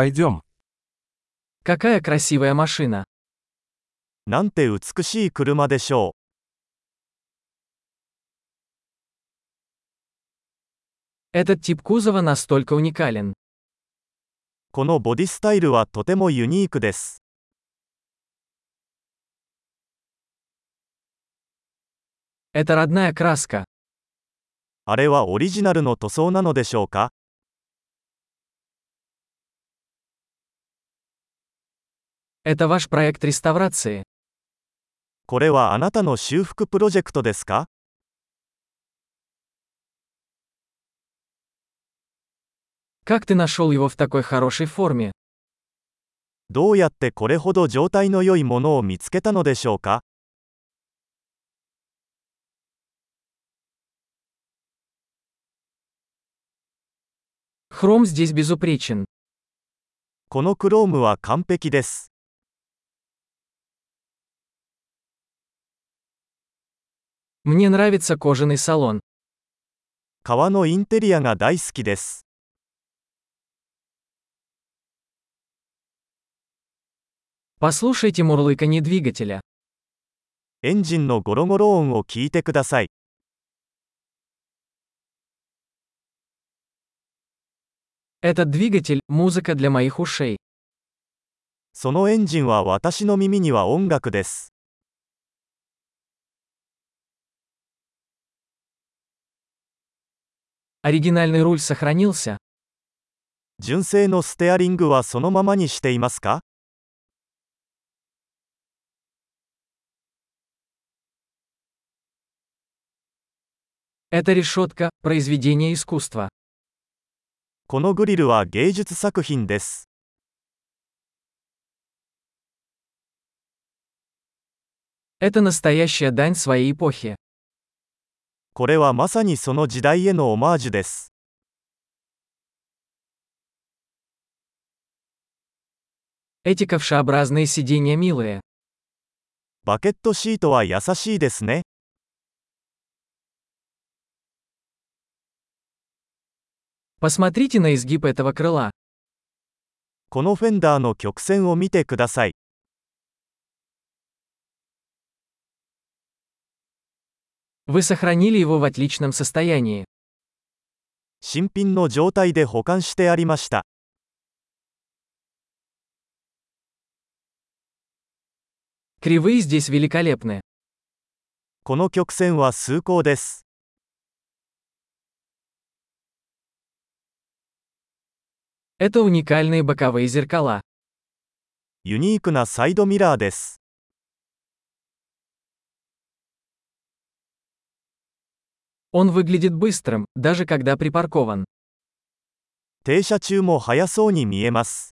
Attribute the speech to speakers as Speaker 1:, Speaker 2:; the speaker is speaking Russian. Speaker 1: Пойдем.
Speaker 2: Какая красивая машина.
Speaker 3: なんて美しい車でしょ
Speaker 2: Этот тип кузова настолько уникален.
Speaker 3: う。このボディスタイルはとてもユニークです。
Speaker 2: Это родная краска.
Speaker 3: あれはオリジナルの塗装なのでしょうか
Speaker 2: Это ваш проект реставрации.
Speaker 3: これはあなたの修復プロジェクトですか
Speaker 2: Как ты нашел его в такой хорошей форме?
Speaker 3: どうやってこれほど状態の良いものを見つけたのでしょうか
Speaker 2: Хром здесь безупречен.
Speaker 3: このクロームは完璧です。
Speaker 2: Мне нравится кожаный салон.
Speaker 3: 革のインテリアが大好きです。
Speaker 2: Послушайте мурлыканье двигателя.
Speaker 3: エンジンのゴロゴロ音を聞いてください。
Speaker 2: Этот двигатель – музыка для моих ушей.
Speaker 3: そのエンジンは私の耳には音楽です。
Speaker 2: Оригинальный руль сохранился.
Speaker 3: 純正のステアリングはそのままにしていますか
Speaker 2: Эта решетка – произведение искусства.
Speaker 3: このグリルは芸術作品です。
Speaker 2: Это настоящая дань своей эпохи.
Speaker 3: これはまさにその時代へのオマージュです。
Speaker 2: Эти ковшеобразные сиденья милые.
Speaker 3: バケットシートは優しいですね。
Speaker 2: Посмотрите на изгиб этого крыла.
Speaker 3: このフェンダーの曲線を見てください。
Speaker 2: Вы сохранили его в отличном состоянии.
Speaker 3: 新品の状態で保管してありました。
Speaker 2: Кривые здесь великолепны.
Speaker 3: この曲線は崇高です。
Speaker 2: Это уникальные боковые зеркала.
Speaker 3: ユニークなサイドミラーです。
Speaker 2: Он выглядит быстрым, даже когда припаркован.
Speaker 3: 停車中も速そうに見えます。